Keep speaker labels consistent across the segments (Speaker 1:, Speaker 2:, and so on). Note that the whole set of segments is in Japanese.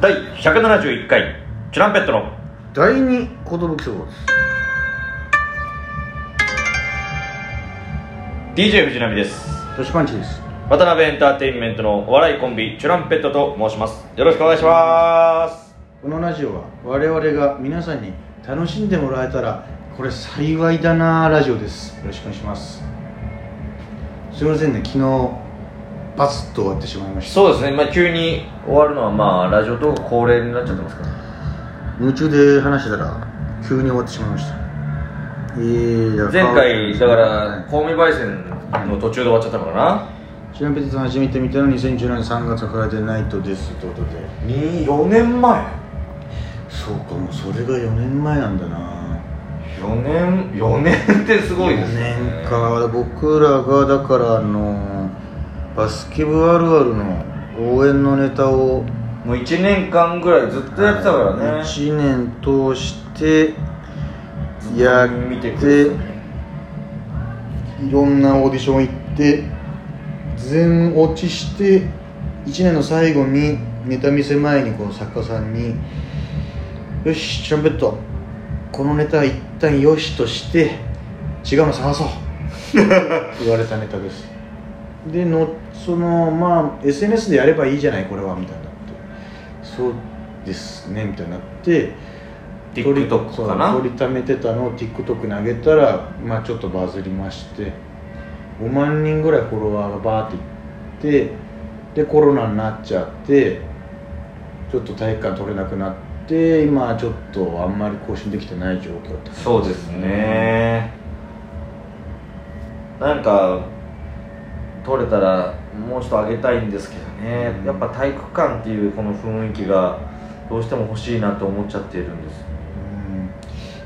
Speaker 1: 第171回チュランペットの
Speaker 2: 第二寿相場です
Speaker 1: DJ 藤波です
Speaker 2: 年パンチです
Speaker 1: 渡辺エンターテインメントのお笑いコンビチュランペットと申しますよろしくお願いします
Speaker 2: このラジオは我々が皆さんに楽しんでもらえたらこれ幸いだなラジオですよろしくお願いしますすいませんね昨日バツッと終わってしまいました
Speaker 1: そうですね、まあ、急に終わるのはまあラジオと恒例になっちゃってますから
Speaker 2: 夢中で話してたら急に終わってしまいましたえー、いや
Speaker 1: 前回だから
Speaker 2: はい
Speaker 1: 香味焙煎の途中で終わっちゃったからな
Speaker 2: チュランペットさん初めて見たの2017年3月のフライデーナイトですってことで
Speaker 1: 4年前
Speaker 2: そうかもうそれが4年前なんだな
Speaker 1: 4年4年ってすごいですね
Speaker 2: 4年か僕らがだからあのバスケ部あるあるの応援のネタを
Speaker 1: もう1年間ぐらいずっとやってたからね、
Speaker 2: 1年通してや
Speaker 1: 見
Speaker 2: ってて
Speaker 1: くれて
Speaker 2: いろんなオーディション行って全落ちして1年の最後にネタ見せ前にこの作家さんに「よしチュランペットこのネタは一旦よしとして違うの探そう」 言われたネタですでのそのまあ SNS でやればいいじゃないこれはみたいになってそうですねみたいになって撮り
Speaker 1: TikTok かな
Speaker 2: そう撮りためてたのを TikTok に上げたら、まあ、ちょっとバズりまして5万人ぐらいフォロワーがバーっていってでコロナになっちゃってちょっと体育館取れなくなって今ちょっとあんまり更新できてない状況って
Speaker 1: そうですねなんか取れたらもうちょっと上げたいんですけどね、
Speaker 2: うん
Speaker 1: やっぱ体育館っていうこの雰囲気がどうしても欲しいなと思っちゃっているんです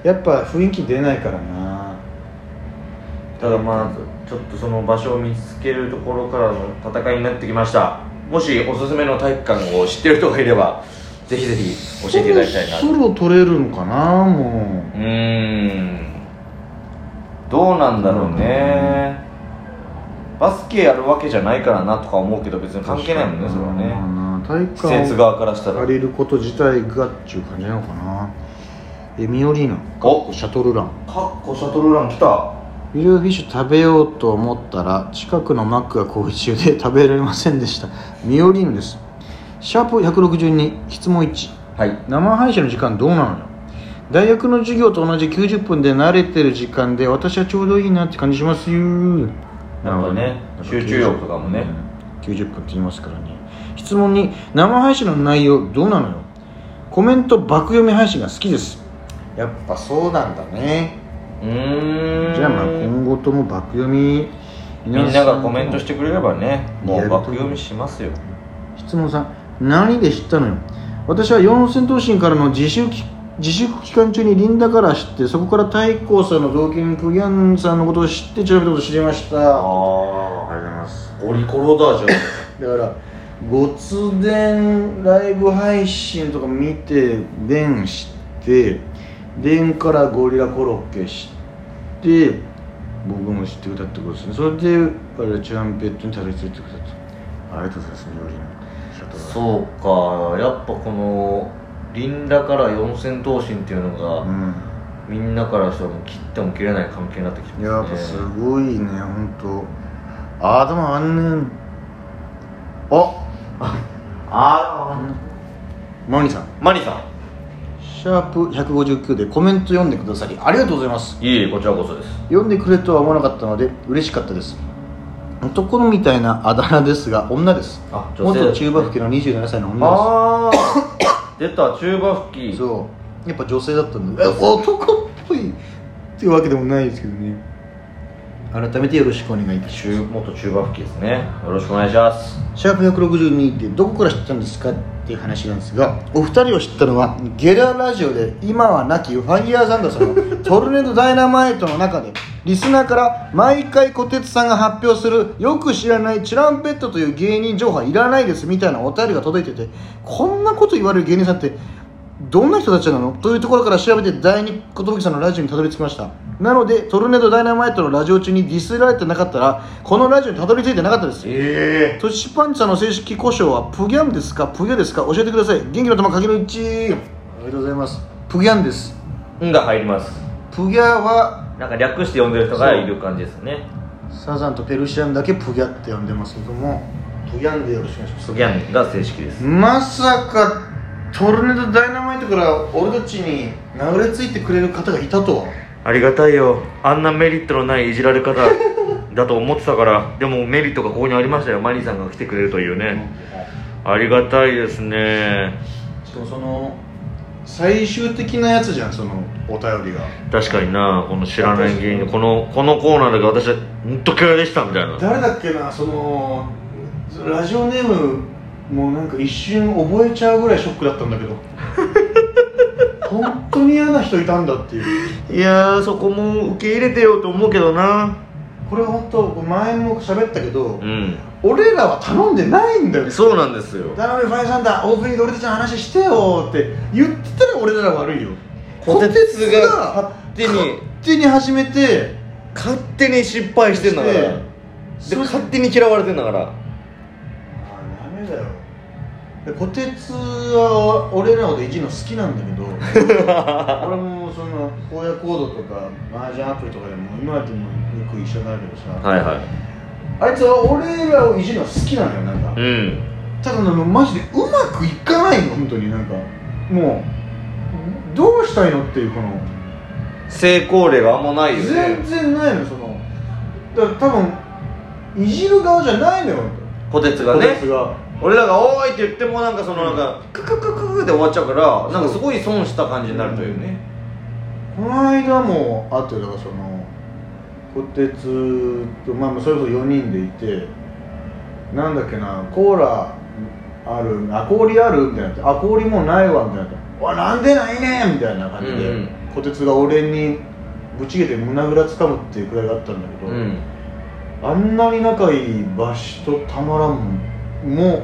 Speaker 2: うんやっぱ雰囲気出ないからな
Speaker 1: ただまあちょっとその場所を見つけるところからの戦いになってきましたもしおすすめの体育館を知ってる人がいればぜひぜひ教えていただきたいな
Speaker 2: そろそろ取れるのかなも
Speaker 1: うーんどうなんだろうね、バスケやるわけじゃないからなとか思うけど別に
Speaker 2: う
Speaker 1: 関係ないもんねそれはね
Speaker 2: はね体育
Speaker 1: 施設
Speaker 2: 館を
Speaker 1: 側からしたら
Speaker 2: 借りること自体がっていう感じなのかなえミオリーナ
Speaker 1: お
Speaker 2: シャトルラン
Speaker 1: かっこシャトルラン来た
Speaker 2: ビルフィッシュ食べようと思ったら近くのマックが工事中で食べられませんでしたミオリーヌですシャープ162質問1
Speaker 1: はい
Speaker 2: 生配信の時間どうなのよ大学の授業と同じ90分で慣れてる時間で私はちょうどいいなって感じしますよ
Speaker 1: なるほどね集中力とかもね
Speaker 2: うん90分って言いますからね質問に生配信の内容どうなのよコメント爆読み配信が好きですやっぱそうなんだね
Speaker 1: うーん
Speaker 2: じゃあまあ今後とも爆読み
Speaker 1: みんながコメントしてくれればねも
Speaker 2: や
Speaker 1: う
Speaker 2: ると
Speaker 1: 爆読みしますよ
Speaker 2: 質問さん何で知ったのよ私は四千頭身からの自粛期自粛期間中にリンダから知ってそこから太閤さんの同研クギャンさんのことを知って調べたことを知りましたあ
Speaker 1: あ
Speaker 2: りがとうございます
Speaker 1: ゴリコロだじゃん
Speaker 2: だからごつ伝ライブ配信とか見て伝知って伝からゴリラコロッケ知って僕も知って歌ってことですねそれで我々チャンピオンにたどり着いてくださったありがとうございますよりシャトル
Speaker 1: そうかやっぱこのリンダから四千頭身っていうのが、
Speaker 2: うん
Speaker 1: みんなからしたらもう切っても切れない関係になってきて
Speaker 2: いやや
Speaker 1: ま
Speaker 2: っぱ
Speaker 1: す
Speaker 2: す
Speaker 1: ね
Speaker 2: ごいね本当。あーでもあんねんあ
Speaker 1: あ
Speaker 2: マニさん
Speaker 1: あマニさ
Speaker 2: シャープ159でコメント読んでくださりありがとうございます
Speaker 1: んいえいえこちらこそです
Speaker 2: 読んでくれとは思わなかったので嬉しかったです男みたいなあだ名ですが女です
Speaker 1: あ女性
Speaker 2: 元中馬吹の27歳の女
Speaker 1: ああ出た中馬吹
Speaker 2: で
Speaker 1: き
Speaker 2: すそうやっぱ女性だったんでえ男っぽいっていうわけでもないですけどね改めてよろしくお願いいたしま
Speaker 1: 中
Speaker 2: す
Speaker 1: 元中馬吹きですねよろしくお願いします
Speaker 2: シャープ162ってどこから知ったんですかっていう話なんですがお二人を知ったのはゲララジオで今は亡きファイヤーサンダーさんの「トルネードダイナマイト」の中でリスナーから毎回小鉄さんが発表するよく知らないチュランペットという芸人情報はいらないですみたいなお便りが届いててこんなこと言われる芸人さんってどんな人たちなのというところから調べて第二寿さんのラジオにたどり着きましたなのでトルネードダイナマイトのラジオ中にディスられてなかったらこのラジオにたどり着いてなかったです
Speaker 1: ええ
Speaker 2: トシパンチさんの正式故障はプギャンですかプギャですか教えてください元気の玉鍵の1ありがとうございますプギャンです
Speaker 1: んが入ります
Speaker 2: プギャは
Speaker 1: なんか略して呼んでる人がいる感じですね
Speaker 2: サザンとペルシアンだけプギャって呼んでますけどもプギャンでよろしくお願いします
Speaker 1: ソギャンが正式です
Speaker 2: まさかトルネードダイナマイトから俺たちに流れ着いてくれる方がいたとは
Speaker 1: ありがたいよあんなメリットのないいじられ方 だと思ってたからでもメリットがここにありましたよマリーさんが来てくれるというね、ありがたいですね
Speaker 2: しかもその最終的なやつじゃんそのお便りが
Speaker 1: 確かになこの知らない芸人このこのコーナーだけ私は本当嫌いでしたみたいな
Speaker 2: 誰だっけなそのラジオネームもうなんか一瞬覚えちゃうぐらいショックだったんだ けど本当に嫌な人いたんだっていう
Speaker 1: いやーそこも受け入れてよと思うけどな
Speaker 2: これは本当前も喋ったけど、
Speaker 1: うん
Speaker 2: 俺らは頼んでないんだよ
Speaker 1: そうなんですよ
Speaker 2: ダメファイさんだオープニングで俺たちの話してよって言ってたら俺らが悪いよ
Speaker 1: こてつが勝手に
Speaker 2: 勝手に始めて
Speaker 1: 勝手に失敗してんだからで
Speaker 2: そう
Speaker 1: 勝手に嫌われてんだから
Speaker 2: あダメだよでこてつは俺らのこといじるの好きなんだけ ど俺もその荒野行動とかマージャンアプリとかでも今でもよく一緒になるけどさ、
Speaker 1: はいは
Speaker 2: あいつは俺らをいじるの好きなのよな
Speaker 1: い
Speaker 2: んか
Speaker 1: うん
Speaker 2: ただのマジでうまくいかないの本当になんかもうどうしたいのっていうこの
Speaker 1: 成功例があんまないよ
Speaker 2: 全
Speaker 1: ね
Speaker 2: 然ないのそのだから多分いじる側じゃないのよ
Speaker 1: こてつが
Speaker 2: こて
Speaker 1: ね
Speaker 2: つが
Speaker 1: 俺らが「おーい!」って言ってもなんかそのなんかクククククで終わっちゃうからなんかすごい損した感じになるというね
Speaker 2: この間もあってだからそのこてつとまあまあそれこそ4人でいてなんだっけなコーラあるあ氷あるみたいなあ氷もうないわみたいなおいなんでないねんみたいな感じで、
Speaker 1: うん
Speaker 2: こてつが俺にぶち切れて胸ぐらつかむっていうくらいがあったんだけど、
Speaker 1: うん
Speaker 2: あんなに仲いいバシとたまらんも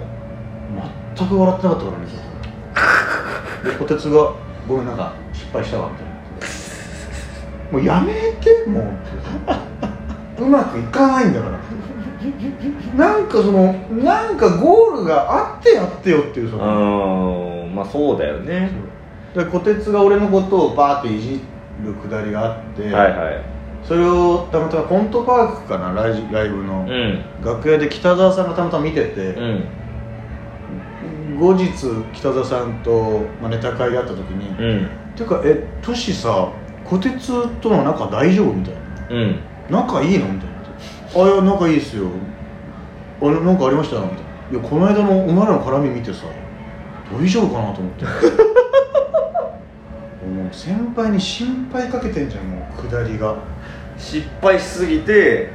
Speaker 2: 全く笑ってなかったからねずっとでこてつが「ごめんなんか失敗したわ」みたいな「もうやめてもうって」うまくいかないんだからなんかそのなんかゴールがあってやってよっていうその
Speaker 1: あーまあそうだよね
Speaker 2: でこてつが俺のことをバーっていじるくだりがあって、
Speaker 1: はいはい
Speaker 2: それをたまたまコントパークかなライジライブの、
Speaker 1: うん
Speaker 2: 楽屋で北澤さんがたまたま見てて、
Speaker 1: うん
Speaker 2: 後日北澤さんと、まあ、ネタ会があった時に「
Speaker 1: うん
Speaker 2: ていうかえトシさこてつとの仲大丈夫?」みたい
Speaker 1: うん
Speaker 2: な「仲いいの?」みたいな「あいや仲いいっすよあれなんかありました?」みたいな「いやこの間のお前らの絡み見てさ大丈夫かな?」と思って もう先輩に心配かけてんじゃんもう下りが
Speaker 1: 失敗しすぎて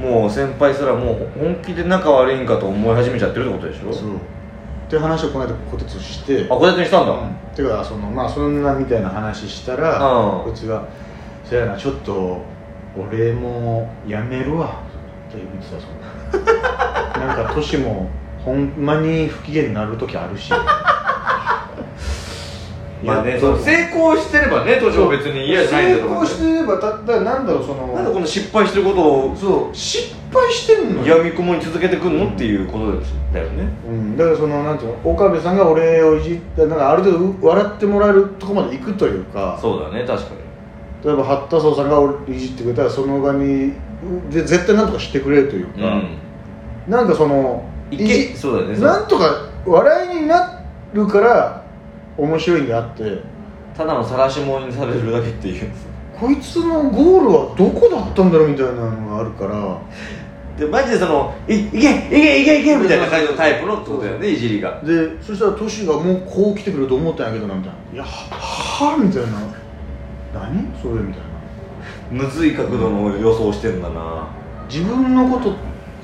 Speaker 1: もう先輩すらもう本気で仲悪いんかと思い始めちゃってるってことでし
Speaker 2: そ
Speaker 1: ょ
Speaker 2: うって話をこの間こてつして
Speaker 1: あこてつにしたんだ、
Speaker 2: うん、てかそのまあそんなみたいな話したら
Speaker 1: うん
Speaker 2: こっちが「そやなちょっと俺もやめるわ」って言ってた そのなんか年もほんまに不機嫌になる時あるし
Speaker 1: まあ
Speaker 2: い
Speaker 1: ね
Speaker 2: や
Speaker 1: そ
Speaker 2: そう
Speaker 1: 成功してればね当時は別に嫌じゃないんだ
Speaker 2: 成
Speaker 1: と思う
Speaker 2: 功してればただなんだろうそ
Speaker 1: なんでこ
Speaker 2: の
Speaker 1: の失敗してることを
Speaker 2: そう失敗してんのよ
Speaker 1: やみくもに続けてくんのっていうことですだよね
Speaker 2: うん、だからそのなんていうの岡部さんが俺をいじってなんかある程度笑ってもらえるとこまで行くというか
Speaker 1: そうだね確か
Speaker 2: 例えば八田荘さんが俺いじってくれたらその場にで絶対なんとかしてくれるという
Speaker 1: に
Speaker 2: か、なんかその
Speaker 1: い
Speaker 2: い
Speaker 1: け
Speaker 2: じ
Speaker 1: そうだねそう
Speaker 2: なんとか笑いになるから面白いんであって
Speaker 1: ただの晒し者にされるだけっていう
Speaker 2: こいつのゴールはどこだったんだろうみたいなのがあるから
Speaker 1: でマジでその「いいけいけいけいけ」みたいな感じのタイプのってことだよねいじりが
Speaker 2: でそしたらトシがもうこう来てくれると思ったんやけどなみたいな「いやははみたいな「何それ」みたいな
Speaker 1: むずい角度の予想してんだな
Speaker 2: 自分のこと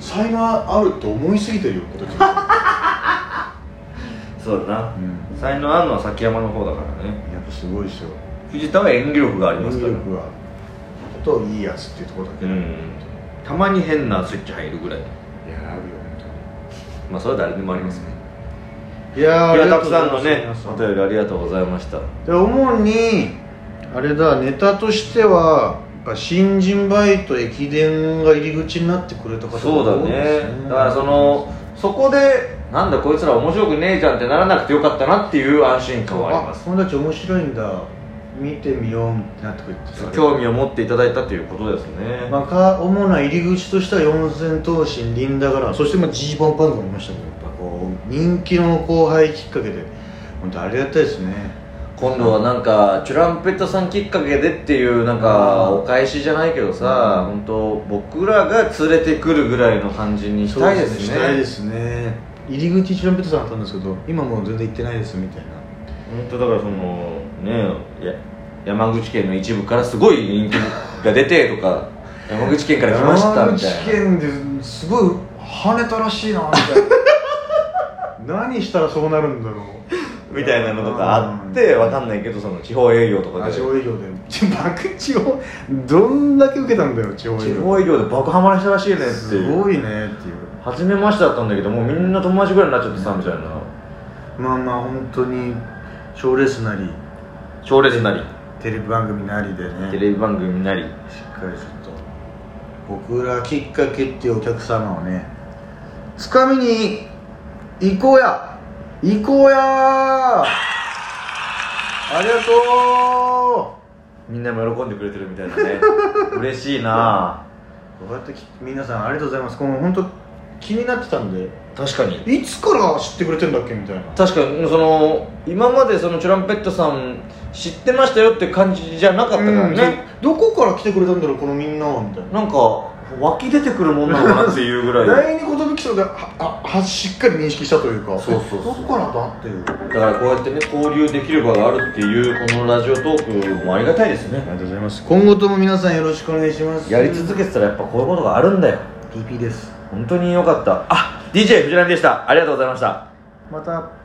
Speaker 2: 才能あると思いすぎてるよこ たちは、
Speaker 1: そうだな
Speaker 2: うん、
Speaker 1: 才能あるのは崎山の方だからね
Speaker 2: やっぱすごいですよ
Speaker 1: 藤田は演技力があり
Speaker 2: 演
Speaker 1: ます
Speaker 2: 技
Speaker 1: から
Speaker 2: 力はあといいやつっていうところだけ
Speaker 1: う
Speaker 2: ど、い
Speaker 1: んたまに変なスイッチ入るぐらい
Speaker 2: やあるよ本
Speaker 1: まあそれは誰でもありますね
Speaker 2: 当にいやーあ
Speaker 1: い
Speaker 2: り
Speaker 1: や
Speaker 2: が
Speaker 1: た
Speaker 2: と
Speaker 1: く
Speaker 2: うござ
Speaker 1: さん
Speaker 2: いま
Speaker 1: の
Speaker 2: す
Speaker 1: ね
Speaker 2: 皆さん
Speaker 1: お便りありがとうございました
Speaker 2: で主にあれだネタとしてはやっぱ新人バイト駅伝が入り口になってくれた方が
Speaker 1: そうだ
Speaker 2: 多いです
Speaker 1: ねだからそのそこでなんだこいつら面白くねえじゃんってならなくてよかったなっていう安心感はありま
Speaker 2: あ
Speaker 1: す
Speaker 2: この人たち面白いんだ見てみようってなってくれてた
Speaker 1: 興味を持っていただいたということですね、
Speaker 2: まあか主な入り口としては四千頭身リンダガラそしてまあ G ボンパンクもいましたけどやっぱこう人気の後輩きっかけで本当ありがたいですね
Speaker 1: 今度はなんかチュランペットさんきっかけでっていうなんか
Speaker 2: うん
Speaker 1: お返しじゃないけどさ、本当僕らが連れてくるぐらいの感じにしたいですね
Speaker 2: したいですね入り口チュランペットさんあったんですけど今もう全然行ってないですみたいな
Speaker 1: 本当だからそのねや山口県の一部からすごい人気が出てと か山口県から来ましたみたいな
Speaker 2: 山口県ですごい跳ねたらしいなみたいな何したらそうなるんだろう
Speaker 1: みたいなのとかあってわかんないけどその地方営業とか
Speaker 2: あ
Speaker 1: で
Speaker 2: 地
Speaker 1: 地
Speaker 2: 方営業でち爆地方どんだけ受けたんだよ地方営業
Speaker 1: 方営業で爆ハマらしたらしいねっていう
Speaker 2: すごいねっていう
Speaker 1: 初めましてだったんだけどもうみんな友達ぐらいになっちゃってさみたいな
Speaker 2: まあまあ本当に賞レースなり
Speaker 1: 賞レースなり
Speaker 2: テレビ番組なりでね
Speaker 1: テレビ番組なり
Speaker 2: しっかりちょっと僕らきっかけっていうお客様をねつかみに行こうや行こうやありがと
Speaker 1: みんなも喜んでくれてるみたいな ね嬉しいな
Speaker 2: うこうやってき皆さんありがとうございますこの本当気になってたんで
Speaker 1: 確かに
Speaker 2: いつから知ってくれてんだっけみたいな
Speaker 1: 確かにその今までそのチュランペットさん知ってましたよって感じじゃなかったからね、
Speaker 2: うんどこから来てくれたんだろうこのみんなはみたいな
Speaker 1: なんか湧き出てくるもんなのかなっていうぐらいだ
Speaker 2: 第二寿さんではあはしっかり認識したというか
Speaker 1: そうそうそう
Speaker 2: どこからだっていう
Speaker 1: からこうやってね交流できる場があるっていうこのラジオトークもありがたいです
Speaker 2: あり
Speaker 1: ね
Speaker 2: がとうございます今後とも皆さんよろしくお願いします
Speaker 1: やり続けてたらやっぱこういうことがあるんだよ
Speaker 2: PP です
Speaker 1: 本当によかったあ DJ 藤波でしたありがとうございました
Speaker 2: また